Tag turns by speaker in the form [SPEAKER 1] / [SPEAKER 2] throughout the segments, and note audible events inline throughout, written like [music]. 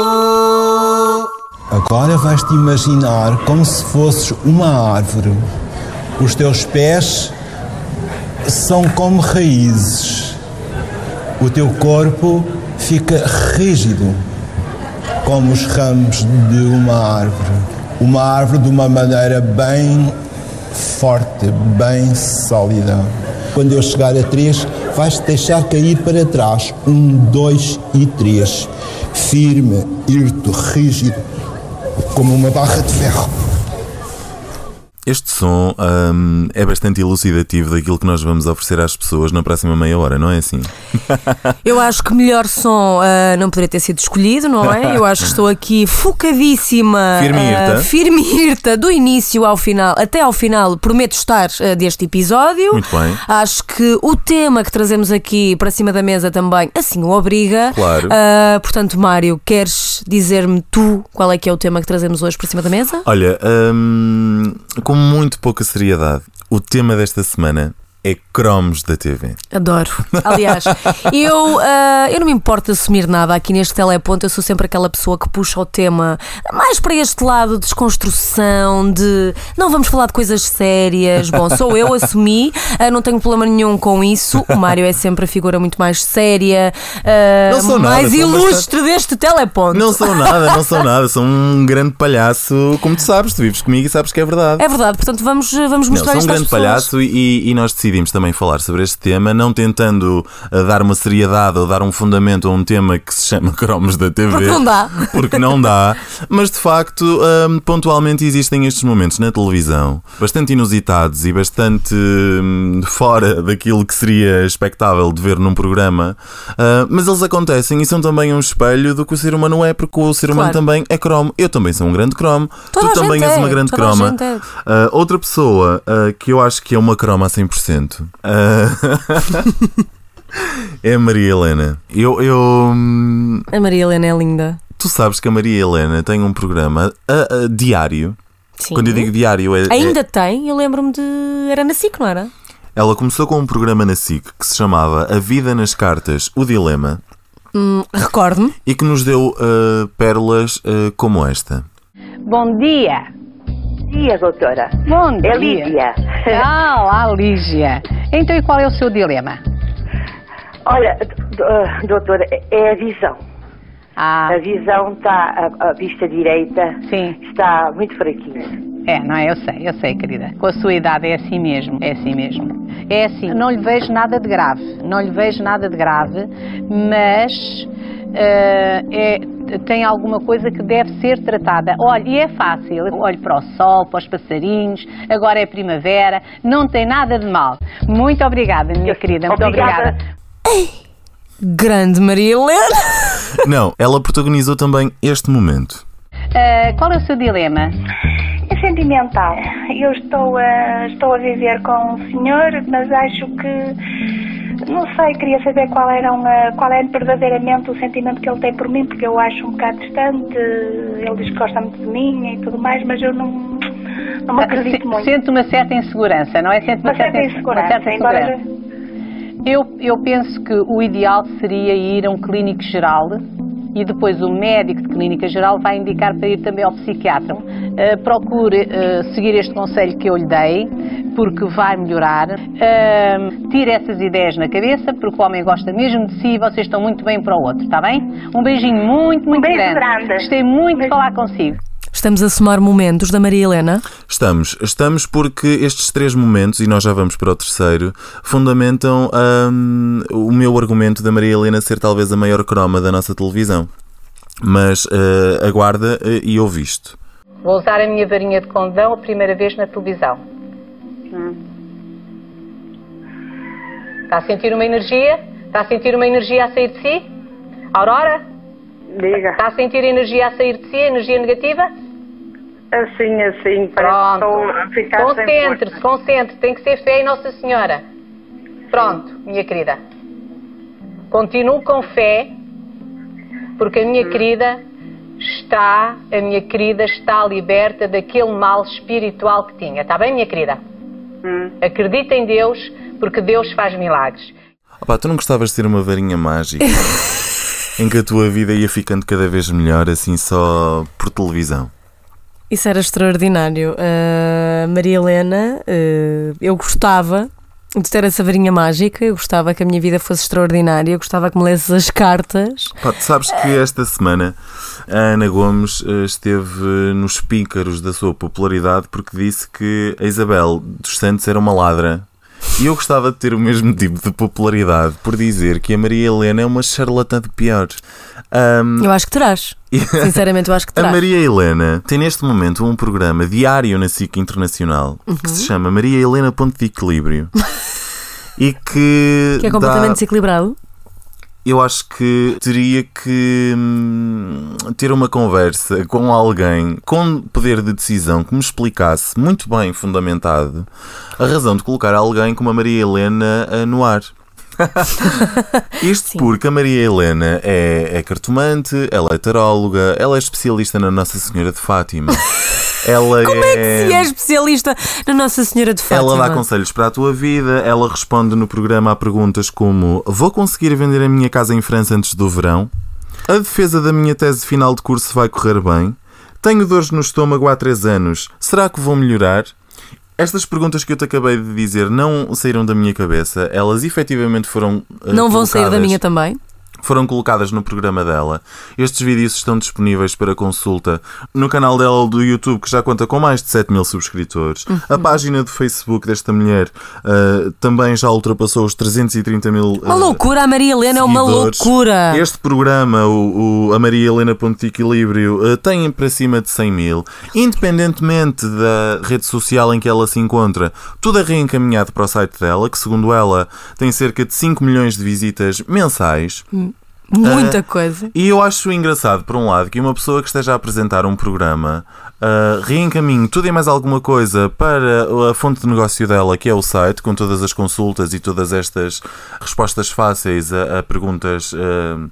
[SPEAKER 1] Teleponto.
[SPEAKER 2] Agora vais-te imaginar como se fosses uma árvore. Os teus pés são como raízes. O teu corpo fica rígido, como os ramos de uma árvore. Uma árvore de uma maneira bem forte, bem sólida. Quando eu chegar a três, vais te deixar cair para trás. Um, dois e três. Firme, irto, rígido, como uma barra de ferro.
[SPEAKER 3] Este som hum, é bastante elucidativo daquilo que nós vamos oferecer às pessoas na próxima meia hora, não é assim?
[SPEAKER 4] Eu acho que melhor som ah, não poderia ter sido escolhido, não é? Eu acho que estou aqui focadíssima.
[SPEAKER 3] Firme e
[SPEAKER 4] ah,
[SPEAKER 3] irta.
[SPEAKER 4] firme e irta, do início ao final, até ao final, prometo estar ah, deste episódio.
[SPEAKER 3] Muito bem.
[SPEAKER 4] Acho que o tema que trazemos aqui para cima da mesa também, assim o obriga.
[SPEAKER 3] Claro.
[SPEAKER 4] Ah, portanto, Mário, queres dizer-me tu qual é que é o tema que trazemos hoje para cima da mesa?
[SPEAKER 3] Olha, hum, com muito pouca seriedade, o tema desta semana é cromos da TV.
[SPEAKER 4] Adoro. Aliás, eu, ah, eu não me importo de assumir nada aqui neste teleponto. Eu sou sempre aquela pessoa que puxa o tema mais para este lado de desconstrução, de não vamos falar de coisas sérias. Bom, sou eu, assumi, ah, não tenho problema nenhum com isso. O Mário é sempre a figura muito mais séria, ah,
[SPEAKER 3] Não sou nada,
[SPEAKER 4] mais
[SPEAKER 3] sou
[SPEAKER 4] ilustre deste teleponto.
[SPEAKER 3] Não sou nada, não sou nada, sou um grande palhaço, como tu sabes, tu vives comigo e sabes que é verdade.
[SPEAKER 4] É verdade, portanto vamos, vamos
[SPEAKER 3] Não, sou
[SPEAKER 4] mostrar
[SPEAKER 3] um
[SPEAKER 4] isto às
[SPEAKER 3] grande
[SPEAKER 4] pessoas.
[SPEAKER 3] palhaço e, e nós decidimos também falar sobre este tema, não tentando ah, dar uma seriedade ou dar um fundamento a um tema que se chama [laughs] cromos da TV.
[SPEAKER 4] Porque não dá.
[SPEAKER 3] Porque não dá. Mas de facto, hum, pontualmente existem estes momentos na televisão bastante inusitados e bastante hum, fora daquilo que seria expectável de ver num programa. Ah, mas eles acontecem e são também um espelho do que o ser humano é, porque o ser humano
[SPEAKER 4] Claro.
[SPEAKER 3] também é cromo. Eu também sou um grande cromo.
[SPEAKER 4] Toda a
[SPEAKER 3] tu também
[SPEAKER 4] gente
[SPEAKER 3] és
[SPEAKER 4] é,
[SPEAKER 3] uma grande
[SPEAKER 4] toda a
[SPEAKER 3] croma.
[SPEAKER 4] gente é.
[SPEAKER 3] Ah, outra pessoa ah, que eu acho que é uma croma a 100% ah, [laughs] é a Maria Helena. Eu, eu, hum,
[SPEAKER 4] A Maria Helena é linda.
[SPEAKER 3] tu sabes que a Maria Helena tem um programa ah, ah, diário.
[SPEAKER 4] Sim.
[SPEAKER 3] Quando eu digo diário, é, é-
[SPEAKER 4] Ainda tem, eu lembro-me de. Era na SIC, não era?
[SPEAKER 3] ela começou com um programa na SIC que se chamava A Vida nas Cartas, o Dilema,
[SPEAKER 4] Recordo-me.
[SPEAKER 3] e que nos deu ah, pérolas ah, como esta.
[SPEAKER 5] Bom dia.
[SPEAKER 6] dia, doutora.
[SPEAKER 5] Bom dia.
[SPEAKER 6] É [laughs] Lídia.
[SPEAKER 5] Ah, lá, Lígia. Então, e qual é o seu dilema?
[SPEAKER 6] Olha, d- ah, doutora, é- é a visão.
[SPEAKER 5] Ah,
[SPEAKER 6] A visão está, a, a vista direita
[SPEAKER 5] sim.
[SPEAKER 6] está muito fraquinha.
[SPEAKER 5] É, não é? Eu sei, eu sei, querida. Com a sua idade é assim mesmo, é assim mesmo. É assim, não lhe vejo nada de grave, não lhe vejo nada de grave, mas eh, é- tem alguma coisa que deve ser tratada. Olha, e é fácil, eu olho para o sol, para os passarinhos, agora é primavera, não tem nada de mal. Muito obrigada, minha querida, muito
[SPEAKER 6] Obrigada.
[SPEAKER 5] obrigada.
[SPEAKER 4] Grande Maria Helena.
[SPEAKER 3] Não, ela protagonizou também este momento.
[SPEAKER 5] Eh, qual é o seu dilema?
[SPEAKER 7] É sentimental. Eu estou a, estou a viver com um senhor, mas acho que. Não sei, queria saber qual, era uma, qual é verdadeiramente o sentimento que ele tem por mim, porque eu acho um bocado distante. Ele diz que gosta muito de mim e tudo mais, mas eu não, não me acredito
[SPEAKER 5] Se-
[SPEAKER 7] muito.
[SPEAKER 5] Sente uma certa insegurança, não é? Sente
[SPEAKER 7] Uma certa
[SPEAKER 5] inse- uma certa
[SPEAKER 7] insegurança, embora.
[SPEAKER 5] insegurança. Eu, eu penso que o ideal seria ir a um clínico geral e depois o médico de clínica geral vai indicar para ir também ao psiquiatra. Eh, procure eh, seguir este conselho que eu lhe dei, porque vai melhorar. Eh, tire essas ideias na cabeça, porque o homem gosta mesmo de si e vocês estão muito bem para o outro, está bem? Um beijinho muito, muito
[SPEAKER 7] beijo
[SPEAKER 5] grande.
[SPEAKER 7] grande. Um
[SPEAKER 5] Gostei muito de
[SPEAKER 7] Beijo.
[SPEAKER 5] falar consigo.
[SPEAKER 4] Estamos a somar momentos da Maria Helena.
[SPEAKER 3] Estamos, estamos porque estes três momentos, e nós já vamos para o terceiro, fundamentam hum, o meu argumento da Maria Helena ser talvez a maior croma da nossa televisão. Mas eh, aguarda eh, e ouve isto.
[SPEAKER 5] Vou usar a minha varinha de condão a primeira vez na televisão. Está a sentir uma energia? Está a sentir uma energia a sair de si? Aurora?
[SPEAKER 6] Liga.
[SPEAKER 5] Está a sentir energia a sair de si, energia negativa?
[SPEAKER 6] Assim, assim, parece que estou a
[SPEAKER 5] Pronto.
[SPEAKER 6] ficar sem força.
[SPEAKER 5] Concentre-se, concentre. Tem que ser fé em Nossa Senhora. Pronto, minha querida. Continuo com fé, porque a minha
[SPEAKER 6] Hum.
[SPEAKER 5] querida está, a minha querida está liberta daquele mal espiritual que tinha. Está bem, minha querida?
[SPEAKER 6] Hum.
[SPEAKER 5] Acredita em Deus, porque Deus faz milagres.
[SPEAKER 3] Opá, tu não gostavas de ter uma varinha mágica? em que a tua vida ia ficando cada vez melhor, assim só por televisão?
[SPEAKER 4] Isso era extraordinário. Uh, Maria Helena, uh, eu gostava de ter essa varinha mágica, eu gostava que a minha vida fosse extraordinária, eu gostava que me lesses as cartas.
[SPEAKER 3] Pá, tu sabes que esta semana a Ana Gomes eh, esteve nos píncaros da sua popularidade porque disse que a Isabel dos Santos era uma ladra. E eu gostava de ter o mesmo tipo de popularidade por dizer que a Maria Helena é uma charlatã de pior. Ahm,
[SPEAKER 4] Eu acho que [laughs] terás. Sinceramente, eu acho que
[SPEAKER 3] a
[SPEAKER 4] terás.
[SPEAKER 3] Maria Helena tem neste momento um programa diário na SIC Internacional que
[SPEAKER 4] Uhum.
[SPEAKER 3] se chama Maria Helena Ponto de Equilíbrio.
[SPEAKER 4] [laughs]
[SPEAKER 3] e que,
[SPEAKER 4] Que
[SPEAKER 3] dá-
[SPEAKER 4] é completamente desequilibrado.
[SPEAKER 3] eu acho que teria que hum, ter uma conversa com alguém com poder de decisão que me explicasse muito bem fundamentado a razão de colocar alguém como a Maria Helena ah, no
[SPEAKER 4] [laughs]
[SPEAKER 3] ar. Isto porque a Maria Helena é, é cartomante, ela é taróloga, ela é especialista na Nossa Senhora de
[SPEAKER 4] [laughs]
[SPEAKER 3] Fátima. Ela
[SPEAKER 4] Como é que se é especialista na Nossa Senhora de Fátima?
[SPEAKER 3] ela dá conselhos para a tua vida, ela responde no programa a perguntas como: Vou conseguir vender a minha casa em França antes do verão? A defesa da minha tese final de curso vai correr bem? Tenho dores no estômago há três anos, será que vou melhorar? Estas perguntas que eu te acabei de dizer não saíram da minha cabeça, elas efetivamente foram. eh,
[SPEAKER 4] Não vão sair da
[SPEAKER 3] colocadas-
[SPEAKER 4] minha também.
[SPEAKER 3] foram colocadas no programa dela. Estes vídeos estão disponíveis para consulta no canal dela do YouTube, que já conta com mais de 7 mil subscritores. A
[SPEAKER 4] Uhum.
[SPEAKER 3] página do Facebook desta mulher ah, também já ultrapassou os 330 mil. eh,
[SPEAKER 4] Uma loucura, a Maria Helena é uma
[SPEAKER 3] seguidores.
[SPEAKER 4] loucura.
[SPEAKER 3] Este programa, o, o- a Maria Helena Ponto de Equilíbrio, eh, tem para cima de 100 mil. Independentemente da rede social em que ela se encontra, tudo é reencaminhado para o site dela, que segundo ela tem cerca de 5 milhões de visitas mensais.
[SPEAKER 4] Muita coisa.
[SPEAKER 3] E eu acho engraçado, por um lado, que uma pessoa que esteja a apresentar um programa ah, reencaminhe tudo e mais alguma coisa para a fonte de negócio dela, que é o site, com todas as consultas e todas estas respostas fáceis a, a perguntas ah,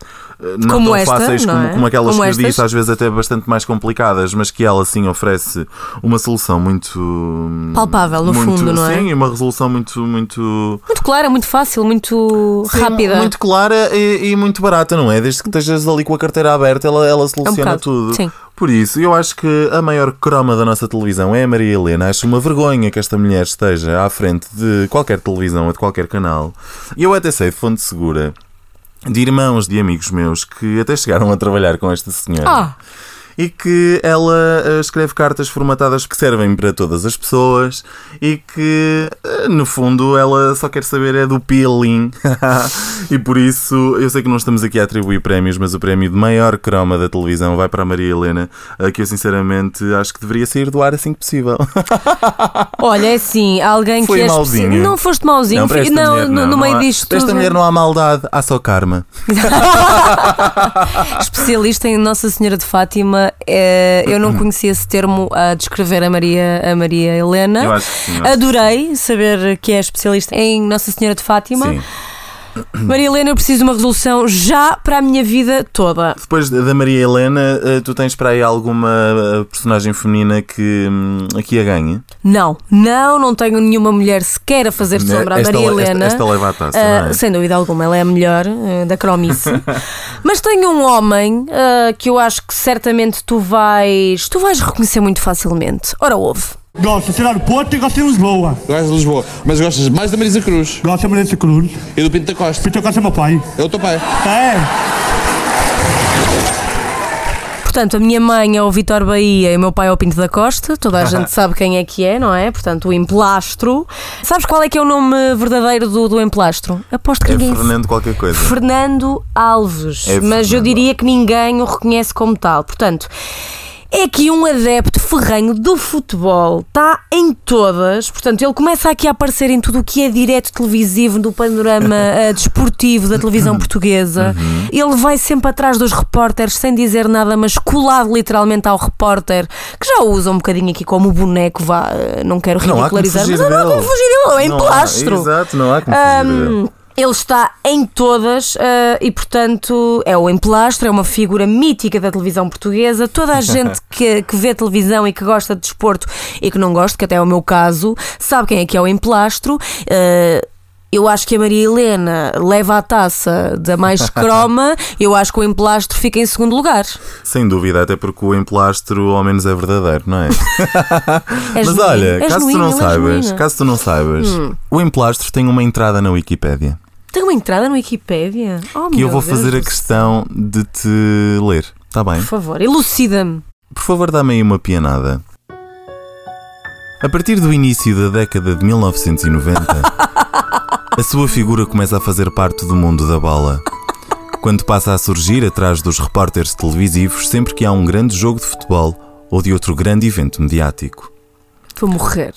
[SPEAKER 3] não
[SPEAKER 4] Como
[SPEAKER 3] tão
[SPEAKER 4] esta,
[SPEAKER 3] fáceis
[SPEAKER 4] não
[SPEAKER 3] como,
[SPEAKER 4] é?
[SPEAKER 3] como aquelas
[SPEAKER 4] Como
[SPEAKER 3] que eu
[SPEAKER 4] estas.
[SPEAKER 3] disse, às vezes até bastante mais complicadas, mas que ela sim oferece uma solução muito.
[SPEAKER 4] hum, Palpável, no
[SPEAKER 3] muito-
[SPEAKER 4] fundo, não é?
[SPEAKER 3] Sim, uma resolução muito. muito
[SPEAKER 4] Muito clara, muito fácil, muito
[SPEAKER 3] Sim,
[SPEAKER 4] rápida.
[SPEAKER 3] Muito clara e, e muito barata, não é? Desde que estejas ali com a carteira aberta, ela, ela soluciona
[SPEAKER 4] É um bocado,
[SPEAKER 3] tudo.
[SPEAKER 4] sim.
[SPEAKER 3] Por isso, eu acho que a maior croma da nossa televisão é a Maria Helena. Acho uma vergonha que esta mulher esteja à frente de qualquer televisão ou de qualquer canal. E eu até sei de fonte segura de irmãos de amigos meus que até chegaram a trabalhar com esta senhora
[SPEAKER 4] Ah,
[SPEAKER 3] e que ela eh, escreve cartas formatadas que servem para todas as pessoas e que, eh, no fundo, ela só quer saber é do peeling. [laughs] e por isso, eu sei que não estamos aqui a atribuir prémios, mas o prémio de maior croma da televisão vai para a Maria Helena, eh, que eu sinceramente acho que deveria sair do ar assim que possível.
[SPEAKER 4] olha, é assim, alguém
[SPEAKER 3] Foi
[SPEAKER 4] que és
[SPEAKER 3] mauzinho.
[SPEAKER 4] possi- Não foste mauzinho,
[SPEAKER 3] para
[SPEAKER 4] fi-
[SPEAKER 3] esta
[SPEAKER 4] não,
[SPEAKER 3] mulher
[SPEAKER 4] no, no
[SPEAKER 3] [laughs] não
[SPEAKER 4] meio
[SPEAKER 3] há-
[SPEAKER 4] disto
[SPEAKER 3] Para esta
[SPEAKER 4] tudo. é-
[SPEAKER 3] mulher não há maldade, há só karma.
[SPEAKER 4] Especialista em Nossa Senhora de Fátima, eh, eu não conhecia esse termo a descrever a Maria, a Maria Helena.
[SPEAKER 3] Eu acho que sim, eu acho
[SPEAKER 4] Adorei saber que é especialista em Nossa Senhora de Fátima.
[SPEAKER 3] Sim.
[SPEAKER 4] Maria Helena, eu preciso de uma resolução já para a minha vida toda.
[SPEAKER 3] Depois da Maria Helena, eh, tu tens para aí alguma eh, personagem feminina que, hum, que a ganhe?
[SPEAKER 4] Não, não, não tenho nenhuma mulher sequer a fazer
[SPEAKER 3] Né,
[SPEAKER 4] sombra à
[SPEAKER 3] esta
[SPEAKER 4] Maria
[SPEAKER 3] le- esta-
[SPEAKER 4] Helena.
[SPEAKER 3] esta leva a taça,
[SPEAKER 4] Ah,
[SPEAKER 3] não é?
[SPEAKER 4] Sem dúvida alguma, ela é a melhor ah,
[SPEAKER 3] [laughs]
[SPEAKER 4] da cromice. Mas tenho um homem ah, que eu acho que certamente tu vais, tu vais reconhecer muito facilmente. Ora, ouve.
[SPEAKER 1] Gosto de Cidade do Porto e gosto de Lisboa.
[SPEAKER 8] Gostas de Lisboa, mas gostas mais da Marisa Cruz
[SPEAKER 1] Gosto de Marisa Cruz.
[SPEAKER 8] e do Pinto da Costa.
[SPEAKER 1] Pinto Costa é meu pai.
[SPEAKER 8] É o teu pai.
[SPEAKER 1] É.
[SPEAKER 4] Portanto, a minha mãe é o Vitor Bahia e o meu pai é o Pinto da Costa. Toda a
[SPEAKER 3] [laughs]
[SPEAKER 4] gente sabe quem é que é, não é? Portanto, o emplastro. Sabes qual é que é o nome verdadeiro do, do emplastro? Aposto que
[SPEAKER 3] É
[SPEAKER 4] ninguém
[SPEAKER 3] Fernando qualquer coisa.
[SPEAKER 4] Fernando Alves,
[SPEAKER 3] É
[SPEAKER 4] mas eu
[SPEAKER 3] Fernando
[SPEAKER 4] diria que ninguém o reconhece como tal. Portanto, é aqui um adepto ferrenho do futebol, está em todas. Portanto, ele começa aqui a aparecer em tudo o que é direto televisivo
[SPEAKER 3] [laughs]
[SPEAKER 4] do panorama eh, desportivo da televisão
[SPEAKER 3] Uhum.
[SPEAKER 4] portuguesa. Ele vai sempre atrás dos repórteres sem dizer nada, mas colado literalmente ao repórter, que já o usa um bocadinho aqui como boneco, vá, eh, não quero
[SPEAKER 3] Não há como
[SPEAKER 4] ridicularizar,
[SPEAKER 3] fugir
[SPEAKER 4] mas não há
[SPEAKER 3] dele.
[SPEAKER 4] como fugir dele, é em
[SPEAKER 3] Não há-
[SPEAKER 4] plastro.
[SPEAKER 3] Exato, não há como fugir dele.
[SPEAKER 4] Ahm, ele está em todas ah, e, portanto, é o emplastro, é uma figura mítica da televisão portuguesa. Toda
[SPEAKER 3] [laughs]
[SPEAKER 4] a gente que, que vê televisão e que gosta de desporto e que não gosta, que até é o meu caso, sabe quem é que é o emplastro. ah, Eu acho que a Maria Helena leva a taça da
[SPEAKER 3] [laughs]
[SPEAKER 4] mais croma, eu acho que o emplastro fica em segundo lugar.
[SPEAKER 3] Sem dúvida, até porque o emplastro ao menos é verdadeiro, não
[SPEAKER 4] [laughs]
[SPEAKER 3] é?
[SPEAKER 4] É
[SPEAKER 3] Mas
[SPEAKER 4] genuíno,
[SPEAKER 3] olha,
[SPEAKER 4] é
[SPEAKER 3] caso, tu
[SPEAKER 4] genuíno, Hum.
[SPEAKER 3] não
[SPEAKER 4] ela é
[SPEAKER 3] saibas,
[SPEAKER 4] genuína.
[SPEAKER 3] caso tu não saibas, o emplastro tem uma entrada na Wikipédia
[SPEAKER 4] Tem uma entrada no Wikipédia? Oh,
[SPEAKER 3] que
[SPEAKER 4] meu
[SPEAKER 3] eu vou
[SPEAKER 4] Deus
[SPEAKER 3] fazer a
[SPEAKER 4] do céu.
[SPEAKER 3] questão de te ler. Está bem?
[SPEAKER 4] Por favor, elucida-me.
[SPEAKER 3] Por favor, dá-me aí uma pianada. A partir do início da década de 1990, a sua figura começa a fazer parte do mundo da bala. Quando passa a surgir atrás dos repórteres televisivos sempre que há um grande jogo de futebol ou de outro grande evento mediático.
[SPEAKER 4] Vou morrer.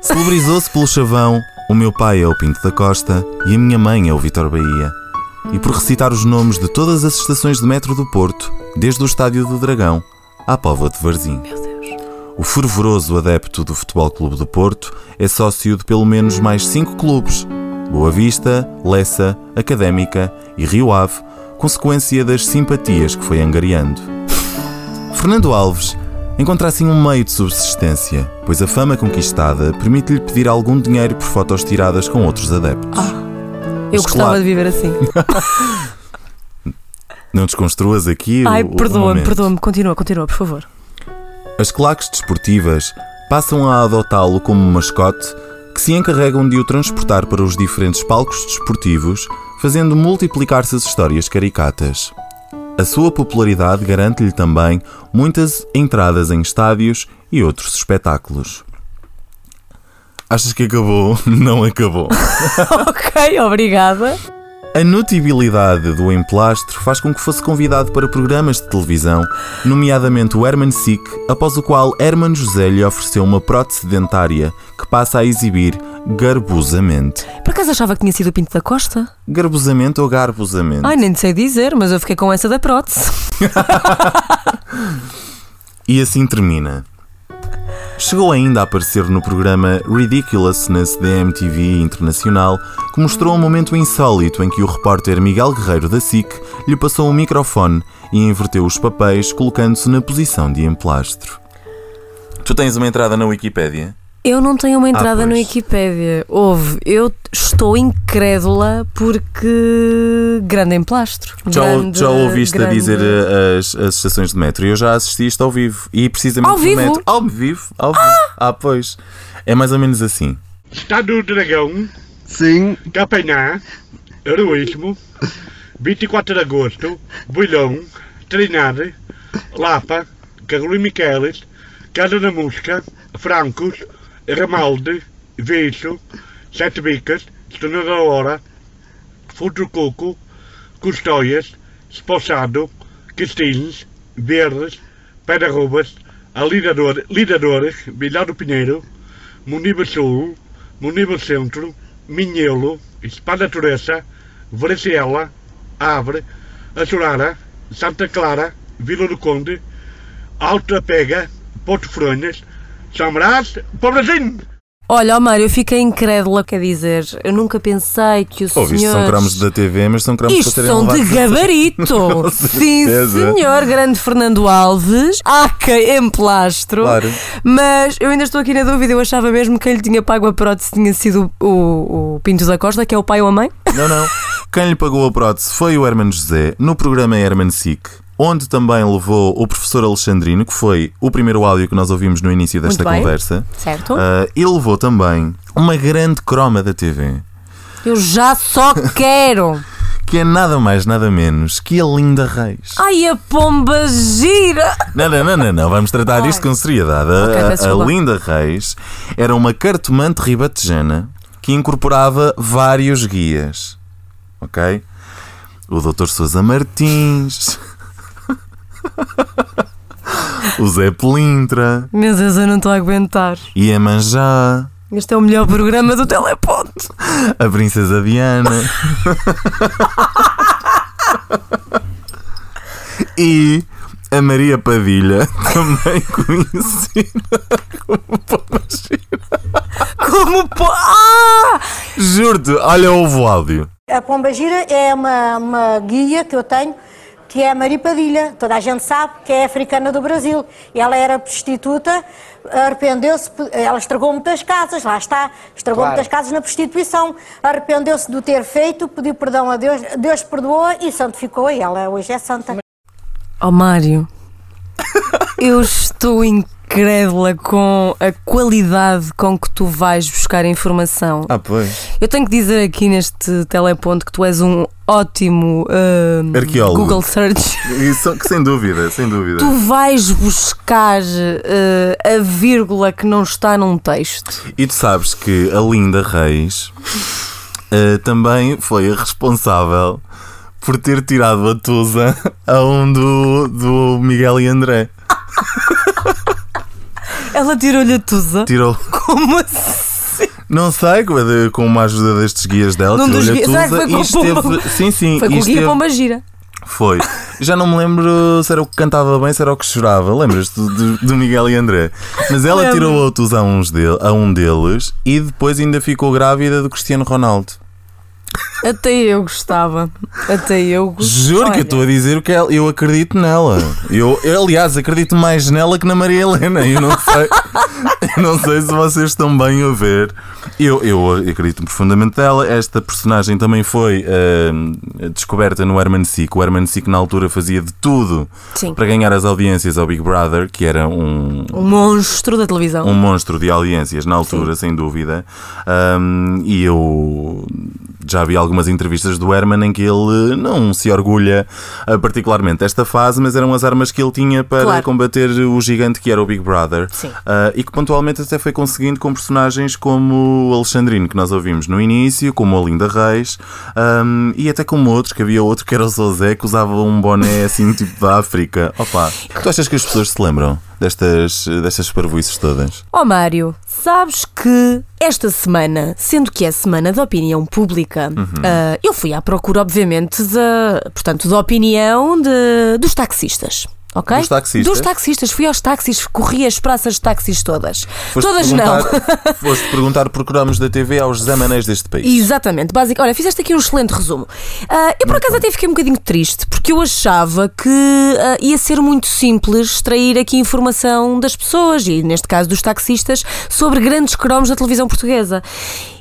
[SPEAKER 3] Celebrizou-se pelo chavão O meu pai é o Pinto da Costa e a minha mãe é o Vitor Bahia. E por recitar os nomes de todas as estações de metro do Porto, desde o Estádio do Dragão à Póvoa de Varzim.
[SPEAKER 4] Meu Deus.
[SPEAKER 3] O fervoroso adepto do Futebol Clube do Porto é sócio de pelo menos mais cinco clubes: Boa Vista, Lessa, Académica e Rio Ave, consequência das simpatias que foi angariando. Fernando Alves encontra assim um meio de subsistência, pois a fama conquistada permite-lhe pedir algum dinheiro por fotos tiradas com outros adeptos.
[SPEAKER 4] Eu
[SPEAKER 3] Mas
[SPEAKER 4] gostava
[SPEAKER 3] claro.
[SPEAKER 4] de viver assim.
[SPEAKER 3] Não desconstruas aqui o-
[SPEAKER 4] Ai,
[SPEAKER 3] o, o
[SPEAKER 4] perdoa-me,
[SPEAKER 3] momento.
[SPEAKER 4] perdoa-me. Continua, continua, por favor. [laughs]
[SPEAKER 3] As claques desportivas passam a adotá-lo como mascote que se encarregam de o transportar para os diferentes palcos desportivos, fazendo multiplicar-se as histórias caricatas. A sua popularidade garante-lhe também muitas entradas em estádios e outros espetáculos. Achas que acabou? [laughs] Não acabou.
[SPEAKER 4] ok, obrigada.
[SPEAKER 3] A notabilidade do emplastro faz com que fosse convidado para programas de televisão, nomeadamente o Herman Sick, após o qual Herman José lhe ofereceu uma prótese dentária que passa a exibir garbosamente.
[SPEAKER 4] Por acaso achava que tinha sido o Pinto da Costa?
[SPEAKER 3] Garbosamente ou garbosamente?
[SPEAKER 4] Ai, nem sei dizer, mas eu fiquei com essa da prótese.
[SPEAKER 3] E assim termina. Chegou ainda a aparecer no programa Ridiculousness da MTV Internacional, que mostrou um momento insólito em que o repórter Miguel Guerreiro da SIC lhe passou um microfone e inverteu os papéis, colocando-se na posição de emplastro. Tu tens uma entrada na Wikipédia?
[SPEAKER 4] Eu não tenho uma entrada no
[SPEAKER 3] Ah, pois.
[SPEAKER 4] Wikipédia. Houve, eu estou incrédula porque grande emplastro.
[SPEAKER 3] Já, ou-
[SPEAKER 4] Grande-
[SPEAKER 3] já ouviste a
[SPEAKER 4] grande-
[SPEAKER 3] dizer eh, as, as estações de metro? Eu já assisti isto ao vivo. E precisamente
[SPEAKER 4] Ao
[SPEAKER 3] no
[SPEAKER 4] vivo?
[SPEAKER 3] metro. Ao vivo? Ao vivo. Ah, pois. É mais ou menos assim.
[SPEAKER 9] Está do Dragão,
[SPEAKER 10] Sim,
[SPEAKER 9] Capenhá, Heroísmo, 24 de Agosto, Builhão, Trinade, Lapa, Carolina Miqueles, Casa da Música, Francos, Ramalde, Viço, Sete Bicas, Senhora da Hora, Futuro Coco, Custóias, Espossado, Castins, Verdes, Pedra Rubas, a Lidador, Lidadores, Vilar do Pinheiro, Muníbal Sul, Muníbal Centro, Minhelo, Espada Toressa, Varicela, Avre, Açorara, Santa Clara, Vila do Conde, Alta Pega, Porto Fronhas, São Brás, Pobrezinho!
[SPEAKER 4] Olha, ó Mário, eu fiquei incrédula, quer dizer, eu nunca pensei que o
[SPEAKER 3] Ouviste,
[SPEAKER 4] senhor.
[SPEAKER 3] são cromos da TV, mas são cromos
[SPEAKER 4] Isto
[SPEAKER 3] para serem
[SPEAKER 4] são de
[SPEAKER 3] levados.
[SPEAKER 4] gabarito!
[SPEAKER 3] [laughs] Com
[SPEAKER 4] Sim,
[SPEAKER 3] certeza.
[SPEAKER 4] senhor, grande Fernando Alves, aca em plastro.
[SPEAKER 3] Claro.
[SPEAKER 4] Mas eu ainda estou aqui na dúvida, eu achava mesmo que ele tinha pago a prótese, tinha sido o, o Pinto da Costa, que é o pai ou a mãe.
[SPEAKER 3] Não, não. Quem lhe pagou a prótese foi o Herman José, no programa Herman Sick, onde também levou o professor Alexandrino, que foi o primeiro áudio que nós ouvimos no início desta
[SPEAKER 4] Muito bem. Então?
[SPEAKER 3] conversa.
[SPEAKER 4] Certo?
[SPEAKER 3] Ah, e levou também uma grande croma da TV,
[SPEAKER 4] Eu já só quero.
[SPEAKER 3] que é nada mais, nada menos que a Linda Reis.
[SPEAKER 4] Ai, a pomba gira!
[SPEAKER 3] Não, não, não, não, não. vamos tratar disto com seriedade. A-
[SPEAKER 4] Ok,
[SPEAKER 3] a-
[SPEAKER 4] peço
[SPEAKER 3] a,
[SPEAKER 4] desculpa.
[SPEAKER 3] Linda Reis era uma cartomante ribatejana que incorporava vários guias. Ok? O Dr. Sousa Martins. [laughs] o Zé Pelintra.
[SPEAKER 4] Meu Deus, eu não estou a aguentar.
[SPEAKER 3] Iemanjá.
[SPEAKER 4] Este é o melhor programa do Teleponto.
[SPEAKER 3] A Princesa Diana. e a Maria Padilha, também conhecida como Papa Gira.
[SPEAKER 4] Como po... Ah!
[SPEAKER 3] Juro-te, olha, houve o áudio.
[SPEAKER 11] A pomba gira é uma, uma guia que eu tenho
[SPEAKER 12] que é a Maria Padilha, toda a gente sabe que é africana do Brasil. E ela era prostituta, arrependeu-se, ela estragou muitas casas, lá está, estragou
[SPEAKER 13] Claro.
[SPEAKER 12] muitas casas na prostituição, arrependeu-se do ter feito, pediu perdão a Deus, Deus perdoou e santificou, e ela hoje é santa.
[SPEAKER 4] Ó Mário, eu estou incrédula com a qualidade com que tu vais buscar informação.
[SPEAKER 3] Ah, pois.
[SPEAKER 4] Eu tenho que dizer aqui neste teleponto que tu és um ótimo ahm,
[SPEAKER 3] Arqueólogo.
[SPEAKER 4] Google Search.
[SPEAKER 3] Isso, que sem dúvida, sem dúvida.
[SPEAKER 4] Tu vais buscar eh, a vírgula que não está num texto.
[SPEAKER 3] E tu sabes que a Linda Reis eh, também foi a responsável por ter tirado a Tusa a um do, do Miguel e André.
[SPEAKER 4] Ela tirou-lhe a tusa.
[SPEAKER 3] Tirou.
[SPEAKER 4] Como assim?
[SPEAKER 3] Não sei, com a- com uma ajuda destes guias dela,
[SPEAKER 4] Num dos
[SPEAKER 3] tirou-lhe a
[SPEAKER 4] guias- Ah,
[SPEAKER 3] Tusa
[SPEAKER 4] foi com
[SPEAKER 3] e
[SPEAKER 4] o Pomba-
[SPEAKER 3] esteve. Sim, sim,
[SPEAKER 4] Foi
[SPEAKER 3] e
[SPEAKER 4] com o guia
[SPEAKER 3] esteve-
[SPEAKER 4] Pomba Gira.
[SPEAKER 3] Foi. Já não me lembro se era o que cantava bem, se era o que chorava. Lembras-te do- do, do Miguel e André? Mas ela
[SPEAKER 4] Lembro.
[SPEAKER 3] tirou outros a, uns dele, a um deles e depois ainda ficou grávida do Cristiano Ronaldo.
[SPEAKER 4] Até eu gostava. Até eu gostava.
[SPEAKER 3] Juro que eu estou a dizer o que ela- eu acredito nela. Eu, eu, aliás, acredito mais nela que na Maria Helena. Eu não sei, eu não sei se vocês estão bem a ver. Eu, eu acredito profundamente nela. Esta personagem também foi ah, descoberta no Herman Sick. O Herman Sick, na altura, fazia de tudo
[SPEAKER 4] Sim.
[SPEAKER 3] para ganhar as audiências ao Big Brother, que era um,
[SPEAKER 4] Um monstro da televisão.
[SPEAKER 3] um monstro de audiências na altura, sem dúvida. Ahm, e eu já vi algumas entrevistas do Herman em que ele não se orgulha ah, particularmente desta fase, mas eram as armas que ele tinha para
[SPEAKER 4] Claro.
[SPEAKER 3] combater o gigante que era o Big Brother.
[SPEAKER 4] Sim.
[SPEAKER 3] Ah, e que pontualmente até foi conseguindo com personagens como o Alexandrino, que nós ouvimos no início, como a Linda Reis, ahm, e até como outros, que havia outro que era o Zozé, que usava um boné assim [laughs] tipo da África. Opa, tu achas que as pessoas se lembram destas, destas parvoices todas?
[SPEAKER 4] Ó Mário, sabes que esta semana, sendo que é semana da opinião pública,
[SPEAKER 3] Uhum.
[SPEAKER 4] ah, eu fui à procura, obviamente, da, portanto, da opinião de- dos taxistas. ok?
[SPEAKER 3] Dos taxistas?
[SPEAKER 4] Dos taxistas. Fui aos taxis, corri as praças de táxis todas. todas não. [laughs]
[SPEAKER 3] perguntar- Foste perguntar programas da TV aos zamanés deste país.
[SPEAKER 4] Exatamente, básico. Olha, fizeste aqui um excelente resumo. Ah, eu por acaso até fiquei um bocadinho triste, porque eu achava que ah, ia ser muito simples extrair aqui informação das pessoas, e neste caso dos taxistas, sobre grandes cromos da televisão portuguesa.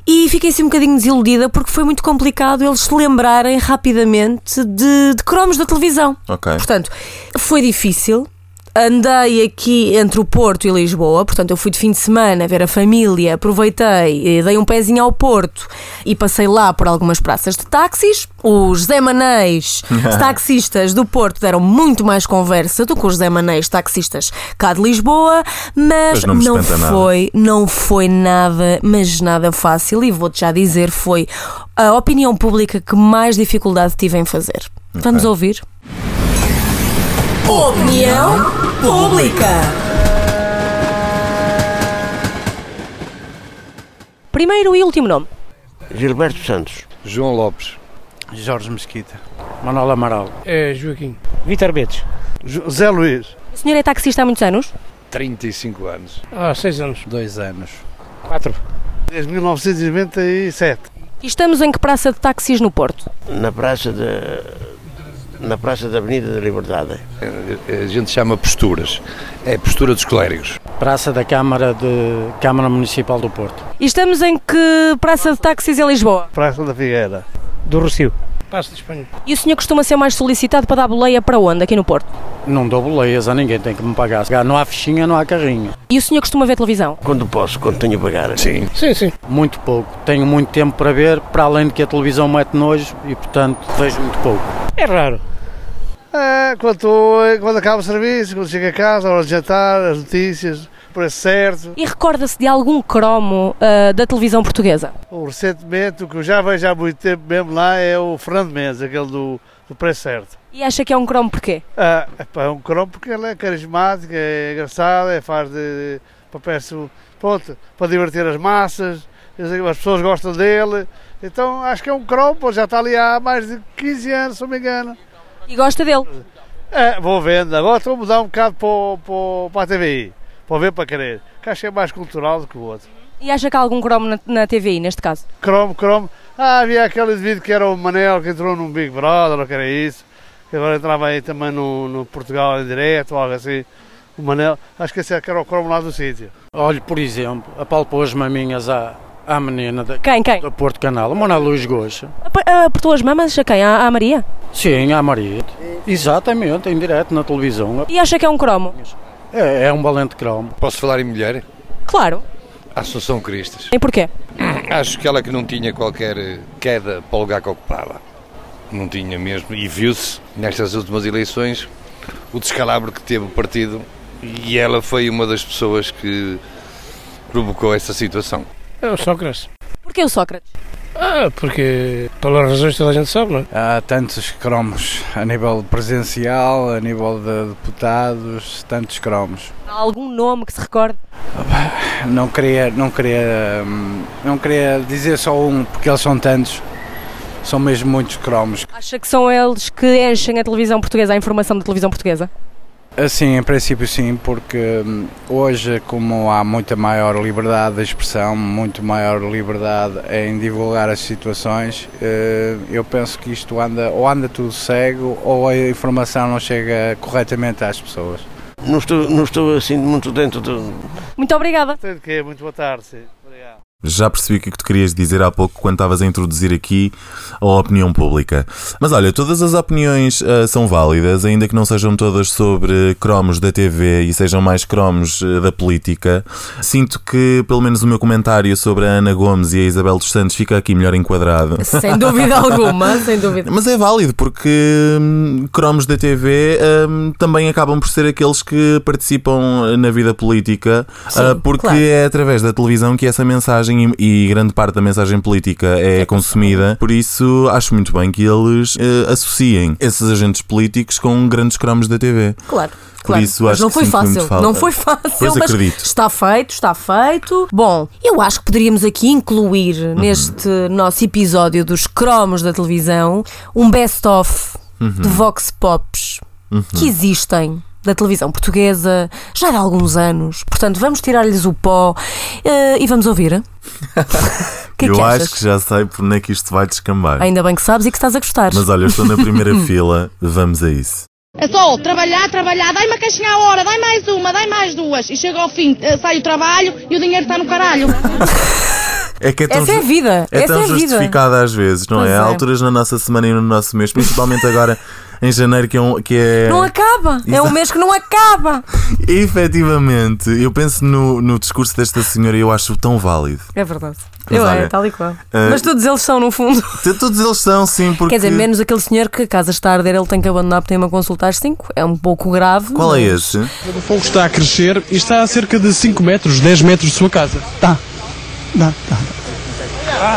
[SPEAKER 4] E fiquei assim um bocadinho desiludida porque foi muito complicado eles se lembrarem rapidamente de, de cromos da televisão.
[SPEAKER 3] Ok.
[SPEAKER 4] Portanto, foi difícil. Andei aqui entre o Porto e Lisboa, portanto, eu fui de fim de semana ver a família, aproveitei, eh, dei um pezinho ao Porto e passei lá por algumas praças de táxis. Os
[SPEAKER 3] [laughs]
[SPEAKER 4] Zé Manês, taxistas do Porto, deram muito mais conversa do que os Zé Manês, taxistas cá de Lisboa, mas
[SPEAKER 3] Pois não me
[SPEAKER 4] não
[SPEAKER 3] espanta nada.
[SPEAKER 4] foi foi- não foi nada, mas nada fácil e vou-te já dizer, foi a opinião pública que mais dificuldade tive em fazer. Vamos ouvir? Opinião pública. Primeiro e último nome.
[SPEAKER 7] Gilberto Santos. João Lopes. Jorge Mesquita. Manuel Amaral.
[SPEAKER 14] É, Joaquim.
[SPEAKER 7] Vítor Betes. José Luís.
[SPEAKER 4] O senhor é taxista há muitos anos?
[SPEAKER 7] 35 anos.
[SPEAKER 14] Há seis anos.
[SPEAKER 7] Dois anos. Quatro. Desde 1997.
[SPEAKER 4] E estamos em que praça de táxis no Porto?
[SPEAKER 15] na praça da na praça da Avenida da Liberdade.
[SPEAKER 16] A gente chama posturas. É a postura dos clérigos.
[SPEAKER 7] Praça da Câmara de Câmara Municipal do Porto.
[SPEAKER 4] E estamos em que praça de táxis em Lisboa?
[SPEAKER 7] Praça da Figueira. Do Rocio. Praça de Espanha.
[SPEAKER 4] E o senhor costuma ser mais solicitado para dar boleia para onde aqui no Porto?
[SPEAKER 7] Não dou boleias a ninguém, tem que me pagar. Não há fichinha, não há carrinho.
[SPEAKER 4] E o senhor costuma ver televisão?
[SPEAKER 7] Quando posso, quando tenho a pagar. Sim.
[SPEAKER 4] Sim, sim.
[SPEAKER 7] Muito pouco. Tenho muito tempo para ver, para além de que a televisão mete nojo e, portanto, vejo muito pouco.
[SPEAKER 9] É raro. É, quando, quando acaba o serviço, quando chega a casa, a hora de jantar, as notícias, por esse certo.
[SPEAKER 4] E recorda-se de algum cromo ah, da televisão portuguesa?
[SPEAKER 9] O recentemente, o que eu já vejo há muito tempo mesmo lá é o Fernando Mendes, aquele do, do preço certo.
[SPEAKER 4] E acha que é um cromo porquê?
[SPEAKER 9] Ah, epá, é um cromo porque ele é carismático, é engraçado, é faz de papéis su- pronto, para divertir as massas, as pessoas gostam dele. Então acho que é um cromo, pô, já está ali há mais de 15 anos, se não me engano.
[SPEAKER 4] E gosta dele?
[SPEAKER 9] É, vou vendo. Agora estou a mudar um bocado para, o- para, o- para a TVI, para ver para querer, que acho que é mais cultural do que o outro.
[SPEAKER 4] E acha que há algum cromo na, na TVI, neste caso?
[SPEAKER 9] Cromo, cromo. Ah, havia aquele indivíduo que era o Manel que entrou num Big Brother, ou que era isso.
[SPEAKER 17] que agora entrava aí também no, no Portugal em direto, ou algo assim. O Manel, acho que esse é que era o cromo lá do sítio.
[SPEAKER 18] Olha, por exemplo, apalpou as maminhas à, à menina da,
[SPEAKER 4] Quem, quem?
[SPEAKER 18] da Porto Canal, a Mona Luz Goxa.
[SPEAKER 4] Ah, Apertou as mamas a quem? À, à Maria?
[SPEAKER 18] Sim, à Maria. Exatamente, em direto na televisão.
[SPEAKER 4] E acha que é um cromo?
[SPEAKER 18] É, é um valente cromo.
[SPEAKER 15] Posso falar em mulher?
[SPEAKER 4] Claro.
[SPEAKER 15] Assunção Cristas.
[SPEAKER 4] E porquê?
[SPEAKER 15] Acho que ela que não tinha qualquer eh, queda para o lugar que ocupava. Não tinha mesmo. E viu-se nestas últimas eleições o descalabro que teve o partido e ela foi uma das pessoas que provocou essa situação.
[SPEAKER 11] É o Sócrates.
[SPEAKER 4] Porquê o Sócrates?
[SPEAKER 11] Ah, porque pelas razões que toda a gente sabe, não é?
[SPEAKER 19] Há tantos cromos a nível presencial, a nível de deputados, tantos cromos.
[SPEAKER 4] Há algum nome que se recorde?
[SPEAKER 19] Não queria, não queria, hum, não queria dizer só um, porque eles são tantos. São mesmo muitos cromos.
[SPEAKER 4] Acha que são eles que enchem a televisão portuguesa, a informação da televisão portuguesa?
[SPEAKER 19] Assim, em princípio sim, porque hum, hoje como há muita maior liberdade de expressão, muito maior liberdade em divulgar as situações, eh, eu penso que isto anda, ou anda tudo cego, ou a informação não chega corretamente às pessoas.
[SPEAKER 20] Não estou, não estou assim muito dentro do,
[SPEAKER 4] Muito obrigada.
[SPEAKER 17] Tem de quê? Muito boa tarde, sim. Obrigado.
[SPEAKER 3] Já percebi o que é que tu querias dizer há pouco quando estavas a introduzir aqui a opinião pública. Mas olha, todas as opiniões ah, são válidas, ainda que não sejam todas sobre cromos da TV e sejam mais cromos ah, da política. Sinto que, pelo menos, o meu comentário sobre a Ana Gomes e a Isabel dos Santos fica aqui melhor enquadrado.
[SPEAKER 4] Sem dúvida alguma, sem dúvida.
[SPEAKER 3] Mas é válido porque hum, cromos da TV hum, também acabam por ser aqueles que participam na vida política,
[SPEAKER 21] Sim,
[SPEAKER 3] ah, porque
[SPEAKER 21] claro.
[SPEAKER 3] é através da televisão que essa mensagem e, e grande parte da mensagem política é consumida. Por isso, acho muito bem que eles eh, associem esses agentes políticos com grandes cromos da TV.
[SPEAKER 4] Claro.
[SPEAKER 3] Por
[SPEAKER 4] Claro,
[SPEAKER 3] isso
[SPEAKER 4] mas
[SPEAKER 3] acho
[SPEAKER 4] não
[SPEAKER 3] que
[SPEAKER 4] foi
[SPEAKER 3] sinto muito
[SPEAKER 4] fácil.
[SPEAKER 3] falta.
[SPEAKER 4] Não foi fácil,
[SPEAKER 3] Pois
[SPEAKER 4] mas
[SPEAKER 3] acredito.
[SPEAKER 4] está feito, está feito. Bom, eu acho que poderíamos aqui incluir
[SPEAKER 3] Uhum.
[SPEAKER 4] neste nosso episódio dos cromos da televisão um best-of
[SPEAKER 22] Uhum.
[SPEAKER 4] de vox pops
[SPEAKER 22] Uhum.
[SPEAKER 4] que existem da televisão portuguesa já há alguns anos. Portanto, vamos tirar-lhes o pó eh, e vamos
[SPEAKER 3] [laughs]
[SPEAKER 4] ouvir. que é
[SPEAKER 3] Eu
[SPEAKER 4] que
[SPEAKER 3] acho
[SPEAKER 4] achas?
[SPEAKER 3] que já sei por onde é que isto vai descambar.
[SPEAKER 4] Ainda bem que sabes e que estás a gostar.
[SPEAKER 3] Mas é olha, eu estou na primeira fila, vamos a isso.
[SPEAKER 23] É só trabalhar, trabalhar, dai uma caixinha à hora, dai mais uma, dai mais duas. E chega ao fim, eh, sai o trabalho e o dinheiro está no caralho.
[SPEAKER 3] É que é tão
[SPEAKER 23] Essa é a
[SPEAKER 3] ju-
[SPEAKER 23] vida,
[SPEAKER 3] É
[SPEAKER 23] essa
[SPEAKER 3] tão
[SPEAKER 23] é a vida.
[SPEAKER 3] justificada às vezes, não
[SPEAKER 4] Pois
[SPEAKER 3] é?
[SPEAKER 4] é.
[SPEAKER 3] Há alturas na nossa semana e no nosso mês, principalmente
[SPEAKER 4] [laughs]
[SPEAKER 3] agora em janeiro, que é. Um, que é...
[SPEAKER 4] Não acaba. É um
[SPEAKER 3] Exato.
[SPEAKER 4] mês que não acaba.
[SPEAKER 3] Efetivamente, eu penso no, no discurso desta senhora e eu acho tão válido.
[SPEAKER 4] É verdade.
[SPEAKER 3] Mas
[SPEAKER 4] eu é,
[SPEAKER 3] olha,
[SPEAKER 4] tal e qual.
[SPEAKER 3] eh,
[SPEAKER 4] Mas todos eles são, no fundo.
[SPEAKER 3] Todos eles são, sim, porque.
[SPEAKER 4] Quer dizer, menos aquele senhor que a casa está a arder, ele tem que abandonar porque tem uma consulta às 5. É um pouco grave.
[SPEAKER 3] Qual é
[SPEAKER 4] mas-
[SPEAKER 3] esse?
[SPEAKER 24] O fogo está a crescer e está a cerca de 5 metros, 10 metros de sua casa.
[SPEAKER 25] Tá. Não, tá.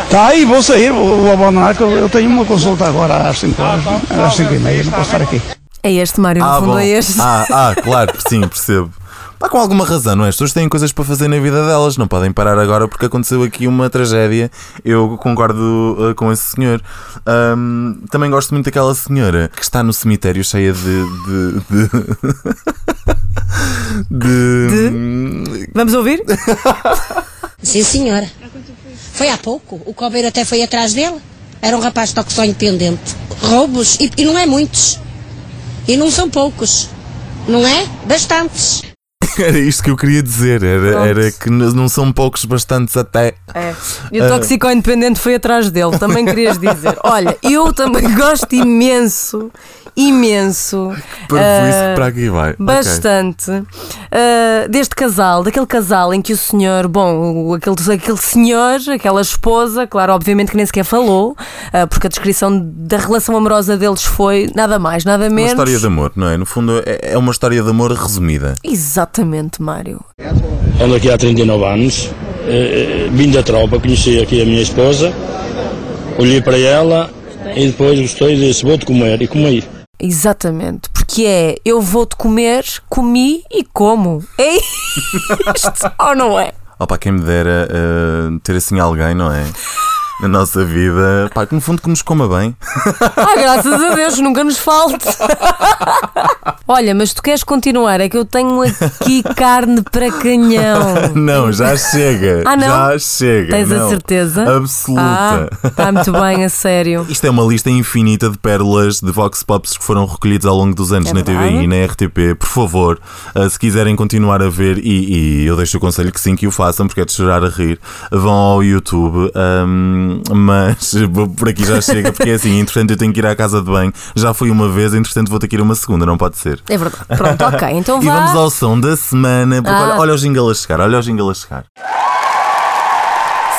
[SPEAKER 25] Tá aí, vou sair, vou, vou abandonar, que eu, eu tenho uma consulta agora às 5 horas,
[SPEAKER 24] Ah, tá,
[SPEAKER 25] né? às 5 e meia, não posso estar aqui.
[SPEAKER 4] É este, Mário, no
[SPEAKER 3] Ah,
[SPEAKER 4] fundo
[SPEAKER 3] bom.
[SPEAKER 4] é este.
[SPEAKER 3] Ah, ah, claro, sim, percebo. Pá, com alguma razão, não é? As pessoas têm coisas para fazer na vida delas, não podem parar agora porque aconteceu aqui uma tragédia. Eu concordo ah, com esse senhor. Ahm, também gosto muito daquela senhora que está no cemitério cheia de. de. [laughs] de. de...
[SPEAKER 4] [laughs]
[SPEAKER 3] [laughs]
[SPEAKER 4] Vamos ouvir?
[SPEAKER 26] Sim, senhora. Foi há pouco. O cobeiro até foi atrás dele. Era um rapaz de toque só independente. Roubos, e, e não é muitos. E não são poucos. Não é? Bastantes.
[SPEAKER 3] Era isto que eu queria dizer, era, era que n- não são poucos bastantes até.
[SPEAKER 4] É.
[SPEAKER 3] Eh.
[SPEAKER 4] E o toxicodependente foi atrás dele, também querias
[SPEAKER 3] [laughs]
[SPEAKER 4] dizer. Olha, eu também gosto imenso, imenso.
[SPEAKER 3] Parvoíce
[SPEAKER 4] ah,
[SPEAKER 3] para aqui vai. Ok.
[SPEAKER 4] Bastante. ah, deste casal, daquele casal em que o senhor, bom, o- aquele, aquele senhor, aquela esposa, claro, obviamente que nem sequer falou, ah, porque a descrição da relação amorosa deles foi nada mais, nada
[SPEAKER 3] Uma
[SPEAKER 4] menos.
[SPEAKER 3] história de amor, não é? No fundo, é é uma história de amor resumida.
[SPEAKER 4] Exatamente, Mário.
[SPEAKER 27] Ando aqui há 39 anos, eh, eh, vim da tropa, conheci aqui a minha esposa, olhei para ela e depois gostei e disse: Vou-te comer, e comi.
[SPEAKER 4] Exatamente, porque é eu vou-te comer, comi e como. É [laughs] isto ou não é?
[SPEAKER 3] Opa, quem me dera eh, ter assim alguém, não
[SPEAKER 4] [laughs]
[SPEAKER 3] é? Na nossa vida, pá, que no fundo que nos coma bem.
[SPEAKER 4] Ah, graças a Deus, nunca nos falte. [laughs] Olha, mas tu queres continuar? É que eu tenho aqui carne para canhão.
[SPEAKER 3] Não, já chega.
[SPEAKER 4] Ah, não?
[SPEAKER 3] Já chega.
[SPEAKER 4] Tens
[SPEAKER 3] não.
[SPEAKER 4] a certeza? Ah.
[SPEAKER 3] Absoluta.
[SPEAKER 4] Está muito bem, a sério.
[SPEAKER 3] Isto é uma lista infinita de pérolas de Vox Pops que foram recolhidos ao longo dos anos
[SPEAKER 4] É
[SPEAKER 3] na TVI
[SPEAKER 4] verdade.
[SPEAKER 3] e na RTP. Por favor, ah, se quiserem continuar a ver, e, e eu deixo o conselho que sim que o façam, porque é de chorar a rir, vão ao YouTube. ahm, mas [laughs] vou- por aqui já chega, porque é assim, entretanto eu tenho que ir à casa de banho. Já fui uma vez, entretanto vou ter que ir uma segunda, não pode ser.
[SPEAKER 4] É verdade. Pronto,
[SPEAKER 3] [laughs]
[SPEAKER 4] ok. Então
[SPEAKER 3] E
[SPEAKER 4] vá.
[SPEAKER 3] vamos ao som da semana, porque
[SPEAKER 4] Ah.
[SPEAKER 3] olha, olha o jingle a chegar, olha o jingle a chegar.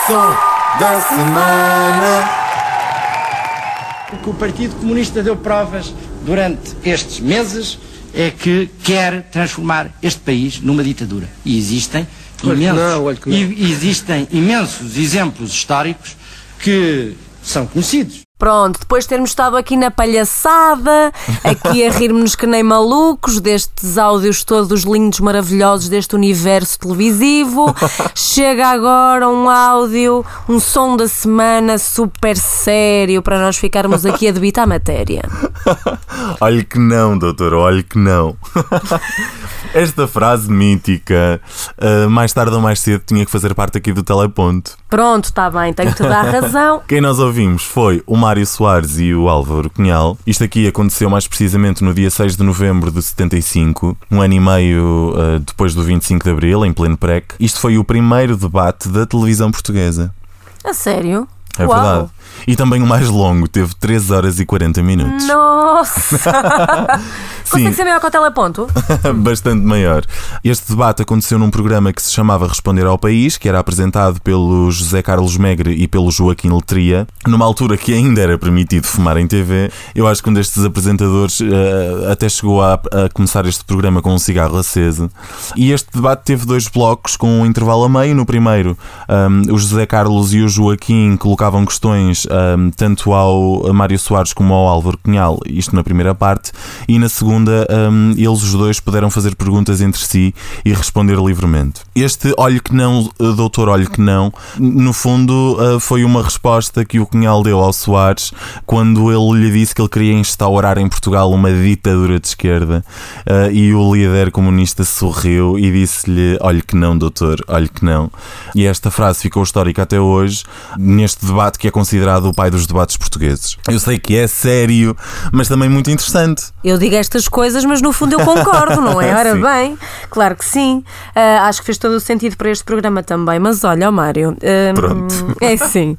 [SPEAKER 3] Som da semana.
[SPEAKER 2] O que o Partido Comunista deu provas durante estes meses é que quer transformar este país numa ditadura. E existem
[SPEAKER 21] Olha que
[SPEAKER 2] imensos,
[SPEAKER 21] não, olha que não.
[SPEAKER 2] e- existem imensos exemplos históricos que são conhecidos.
[SPEAKER 4] Pronto, depois de termos estado aqui na palhaçada, aqui a rir-nos que nem malucos, destes áudios todos lindos, maravilhosos deste universo televisivo, chega agora um áudio, um som da semana super sério para nós ficarmos aqui a debitar a matéria.
[SPEAKER 3] Olha que não, doutor, olha que não. [laughs] Esta frase mítica, ah, mais tarde ou mais cedo, tinha que fazer parte aqui do Teleponto.
[SPEAKER 4] Pronto, está bem, tenho que te dar razão.
[SPEAKER 3] Quem nós ouvimos foi o Mário Soares e o Álvaro Cunhal. Isto aqui aconteceu mais precisamente no dia 6 de novembro de 75, um ano e meio ah, depois do 25 de abril, em pleno PREC. Isto foi o primeiro debate da televisão portuguesa.
[SPEAKER 4] A sério?
[SPEAKER 3] É
[SPEAKER 4] Uau.
[SPEAKER 3] verdade. E também o mais longo, teve 3 horas e 40 minutos. [laughs]
[SPEAKER 4] Nossa! Consegue
[SPEAKER 3] Sim.
[SPEAKER 4] ser maior que o teleponto?
[SPEAKER 3] [laughs] bastante maior. Este debate aconteceu num programa que se chamava Responder ao País, que era apresentado pelo José Carlos Megre e pelo Joaquim Letria, numa altura que ainda era permitido fumar em TV. Eu acho que um destes apresentadores eh, até chegou a, a começar este programa com um cigarro aceso. E este debate teve dois blocos com um intervalo a meio. No primeiro, ahm, o José Carlos e o Joaquim colocavam questões ahm, tanto ao Mário Soares como ao Álvaro Cunhal, isto na primeira parte, e na segunda hum, eles os dois puderam fazer perguntas entre si e responder livremente. Este olho que não, eh, doutor, olho que não, no fundo eh, foi uma resposta que o Cunhal deu ao Soares quando ele lhe disse que ele queria instaurar em Portugal uma ditadura de esquerda eh, e o líder comunista sorriu e disse-lhe olho que não, doutor, olho que não. E esta frase ficou histórica até hoje neste debate que é considerado o pai dos debates portugueses. Eu sei que é sério, mas também muito interessante.
[SPEAKER 4] Eu digo estas coisas, mas no fundo eu concordo,
[SPEAKER 3] [laughs]
[SPEAKER 4] não é? Ora
[SPEAKER 3] Sim.
[SPEAKER 4] bem, claro que sim. Ah, acho que fez todo o sentido para este programa também. Mas olha, ó Mário, hum,
[SPEAKER 3] Pronto.
[SPEAKER 4] [laughs] é sim.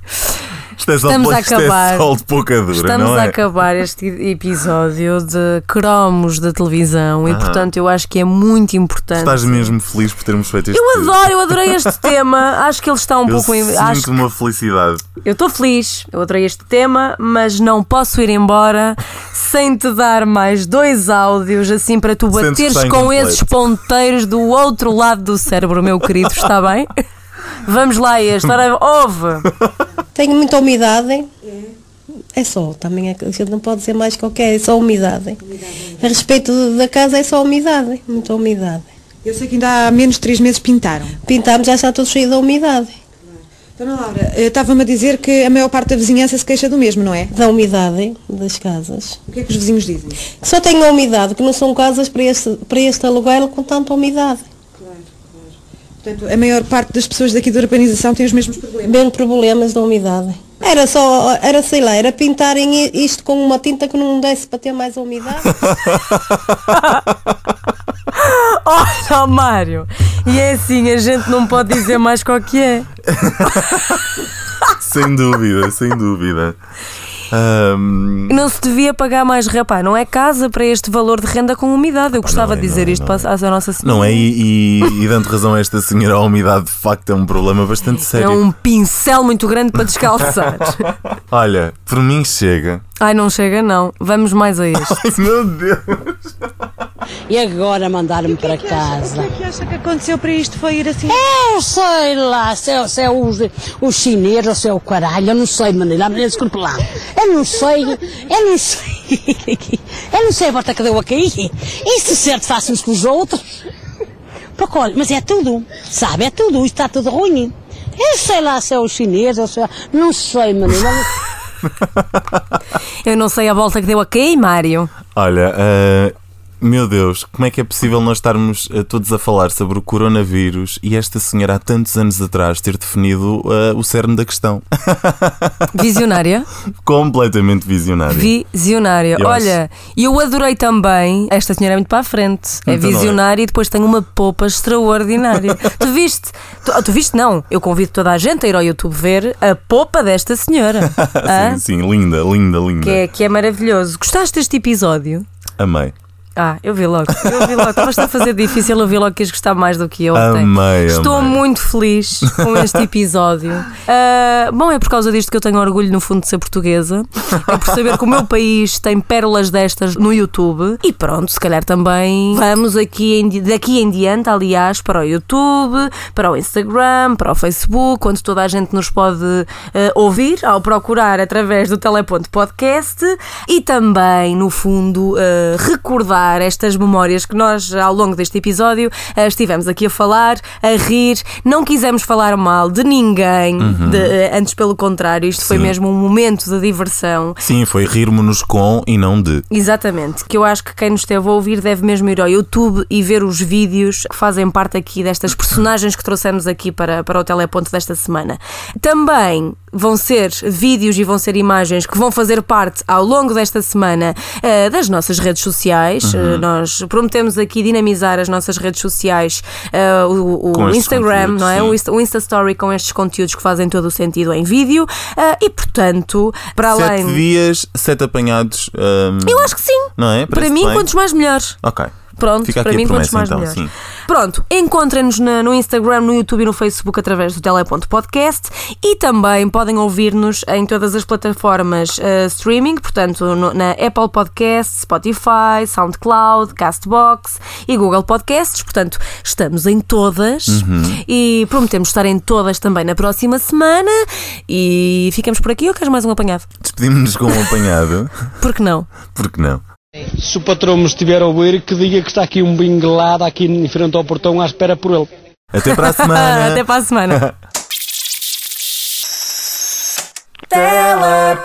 [SPEAKER 3] Isto é só
[SPEAKER 4] Estamos
[SPEAKER 3] de-
[SPEAKER 4] a
[SPEAKER 3] isto é
[SPEAKER 4] acabar.
[SPEAKER 3] só de pouca dura,
[SPEAKER 4] Estamos
[SPEAKER 3] não
[SPEAKER 4] a
[SPEAKER 3] é?
[SPEAKER 4] acabar este episódio de cromos da televisão e,
[SPEAKER 3] Aham.
[SPEAKER 4] portanto, eu acho que é muito importante.
[SPEAKER 3] Ah. Estás mesmo feliz por termos feito este
[SPEAKER 4] Eu
[SPEAKER 3] tema.
[SPEAKER 4] adoro, eu adorei este [laughs] tema. Acho que ele está um
[SPEAKER 3] eu
[SPEAKER 4] pouco. em-
[SPEAKER 3] sinto
[SPEAKER 4] Acho
[SPEAKER 3] uma felicidade.
[SPEAKER 4] Eu estou feliz, eu adorei este tema, mas não posso ir embora sem te dar mais dois áudios, assim para tu
[SPEAKER 3] Sentes que
[SPEAKER 4] bateres
[SPEAKER 3] está
[SPEAKER 4] com
[SPEAKER 3] incompleto.
[SPEAKER 4] esses ponteiros do outro lado do cérebro, meu querido, está bem? [laughs] Vamos lá, a este, ora, ouve!
[SPEAKER 3] [laughs]
[SPEAKER 22] Tenho muita umidade. É só, também é, que a gente não pode dizer mais qualquer, é só umidade. A respeito da casa é só umidade, muita umidade.
[SPEAKER 28] Eu sei que ainda há menos de três meses pintaram.
[SPEAKER 22] Pintamos, já está tudo cheio de umidade.
[SPEAKER 28] Dona Laura, eh, estava-me a dizer que a maior parte da vizinhança se queixa do mesmo, não é?
[SPEAKER 22] Da umidade das casas.
[SPEAKER 28] O que é que os vizinhos dizem?
[SPEAKER 22] Só tenho a umidade, que não são casas para este, para este aluguel com tanta umidade.
[SPEAKER 28] Portanto, a maior parte das pessoas daqui da urbanização tem os mesmos problemas.
[SPEAKER 22] Bem problemas da umidade. Era só, era sei lá, era pintarem i- isto com uma tinta que não desse para ter mais umidade.
[SPEAKER 4] Olha, Mário! E é assim, a gente não pode dizer mais qual que é.
[SPEAKER 3] sem dúvida, sem dúvida. Ahm,
[SPEAKER 4] Não se devia pagar mais, rapaz, não é casa para este valor de renda com umidade. Eu gostava
[SPEAKER 3] é,
[SPEAKER 4] de dizer isto para a nossa senhora.
[SPEAKER 3] não é? E, e- e dando razão a esta senhora, a umidade de facto é um problema bastante
[SPEAKER 4] É
[SPEAKER 3] sério.
[SPEAKER 4] um pincel muito grande
[SPEAKER 3] [laughs]
[SPEAKER 4] para descalçar.
[SPEAKER 3] Olha, por mim chega.
[SPEAKER 4] Ai, não chega, não. Vamos mais a este.
[SPEAKER 3] Ai, meu Deus!
[SPEAKER 12] [laughs] E agora mandaram-me para casa.
[SPEAKER 28] O que acha que aconteceu para isto foi ir assim?
[SPEAKER 12] Eu sei lá, se é, se é os, os chineses ou se é o caralho, eu não sei, menina, mas desculpe lá. Eu não sei, eu não sei. Eu não sei a volta que deu aqui. Isso certo faz uns com os outros. Porque olha, mas é tudo, sabe? É tudo, isto está tudo ruim. Eu sei lá se é os chineses ou se é. Não sei, menina.
[SPEAKER 4] Eu não sei a volta que deu a quem, Mário.
[SPEAKER 3] Olha, ah, Meu Deus, como é que é possível nós estarmos eh, todos a falar sobre o coronavírus e esta senhora há tantos anos atrás ter definido eh, o cerne da questão? [laughs]
[SPEAKER 4] Visionária?
[SPEAKER 3] Completamente visionária.
[SPEAKER 4] Visionária.
[SPEAKER 3] Eu
[SPEAKER 4] Olha, eu adorei também. Esta senhora é muito para a frente. É
[SPEAKER 3] Então não é?
[SPEAKER 4] visionária e depois tem uma popa
[SPEAKER 3] [laughs]
[SPEAKER 4] extraordinária. tu viste? Tu, tu viste? Não. Eu convido toda a gente a ir ao YouTube ver a popa
[SPEAKER 3] [laughs]
[SPEAKER 4] desta senhora. Hã?
[SPEAKER 3] sim, sim, linda, linda, linda.
[SPEAKER 4] que, é, que é maravilhoso. Gostaste deste episódio?
[SPEAKER 3] Amei.
[SPEAKER 4] Ah, eu vi logo. Eu vi logo. Estavas a fazer difícil, eu vi logo que ias gostar mais do que eu ontem.
[SPEAKER 3] Amei,
[SPEAKER 4] Estou
[SPEAKER 3] amei.
[SPEAKER 4] muito feliz com este episódio. Ah, bom, é por causa disto que eu tenho orgulho, no fundo, de ser portuguesa. É por saber que o meu país tem pérolas destas no YouTube. E pronto, se calhar também vamos aqui em di- daqui em diante, aliás, para o YouTube, para o Instagram, para o Facebook, onde toda a gente nos pode ah, ouvir ao procurar através do Teleponto Podcast. E também, no fundo, ah, recordar estas memórias que nós, ao longo deste episódio, ah, estivemos aqui a falar, a rir, não quisemos falar mal de ninguém,
[SPEAKER 3] Uhum.
[SPEAKER 4] de- eh, antes pelo contrário, isto foi
[SPEAKER 3] Sim.
[SPEAKER 4] mesmo um momento de diversão.
[SPEAKER 3] Sim, foi rirmo-nos com e não de.
[SPEAKER 4] Exatamente, que eu acho que quem nos esteve a ouvir deve mesmo ir ao YouTube e ver os vídeos que fazem parte aqui destas personagens que trouxemos aqui para, para o Teleponto desta semana. Também vão ser vídeos e vão ser imagens que vão fazer parte ao longo desta semana eh, das nossas redes sociais.
[SPEAKER 5] Uhum.
[SPEAKER 4] Eh, nós prometemos aqui dinamizar as nossas redes sociais, eh, o, o
[SPEAKER 5] Com estes
[SPEAKER 4] Instagram,
[SPEAKER 5] conteúdos,
[SPEAKER 4] não é?
[SPEAKER 5] sim.
[SPEAKER 4] O Insta, o Insta Story com estes conteúdos que fazem todo o sentido em vídeo. Eh, e portanto, para
[SPEAKER 3] sete
[SPEAKER 4] além.
[SPEAKER 3] dias, sete apanhados. hum,
[SPEAKER 4] Eu acho que sim.
[SPEAKER 3] Não é?
[SPEAKER 4] Para
[SPEAKER 3] Parece-te
[SPEAKER 4] mim,
[SPEAKER 3] bem?
[SPEAKER 4] quantos mais melhores.
[SPEAKER 3] Ok.
[SPEAKER 4] Pronto,
[SPEAKER 3] Fica aqui a
[SPEAKER 4] para mim,
[SPEAKER 3] promessa,
[SPEAKER 4] quantos mais
[SPEAKER 3] então,
[SPEAKER 4] melhores.
[SPEAKER 3] sim.
[SPEAKER 4] Pronto, encontrem-nos na- no Instagram, no YouTube e no Facebook através do Tele.podcast e também podem ouvir-nos em todas as plataformas eh, streaming, portanto, no- na Apple Podcasts, Spotify, SoundCloud, Castbox e Google Podcasts. Portanto, estamos em todas
[SPEAKER 5] Uhum.
[SPEAKER 4] e prometemos estar em todas também na próxima semana. E ficamos por aqui ou queres mais um apanhado?
[SPEAKER 3] Despedimos-nos com um apanhado. [laughs]
[SPEAKER 4] Por que não?
[SPEAKER 3] Porque não?
[SPEAKER 6] Se o patrão me estiver a ouvir, que diga que está aqui um bingelado aqui em frente ao portão à espera por ele.
[SPEAKER 3] Até
[SPEAKER 4] [laughs]
[SPEAKER 3] para a semana.
[SPEAKER 4] Até para a semana.
[SPEAKER 5] Teleponto.